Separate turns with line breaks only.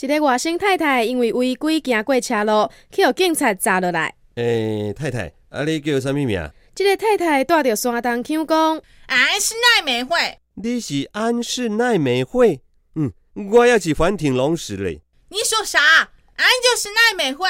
一个外省太太因为违规行过车路，去互警察砸落来。
诶、太太，啊，你叫啥物名？
这个太太带着山东腔讲，
俺是奈美惠，
你是安室奈美惠？嗯，我也是反町隆史嘞。
你说啥？俺就是奈美惠。